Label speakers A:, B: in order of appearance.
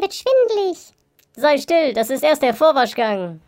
A: wird schwindlig.
B: Sei still, das ist erst der Vorwaschgang.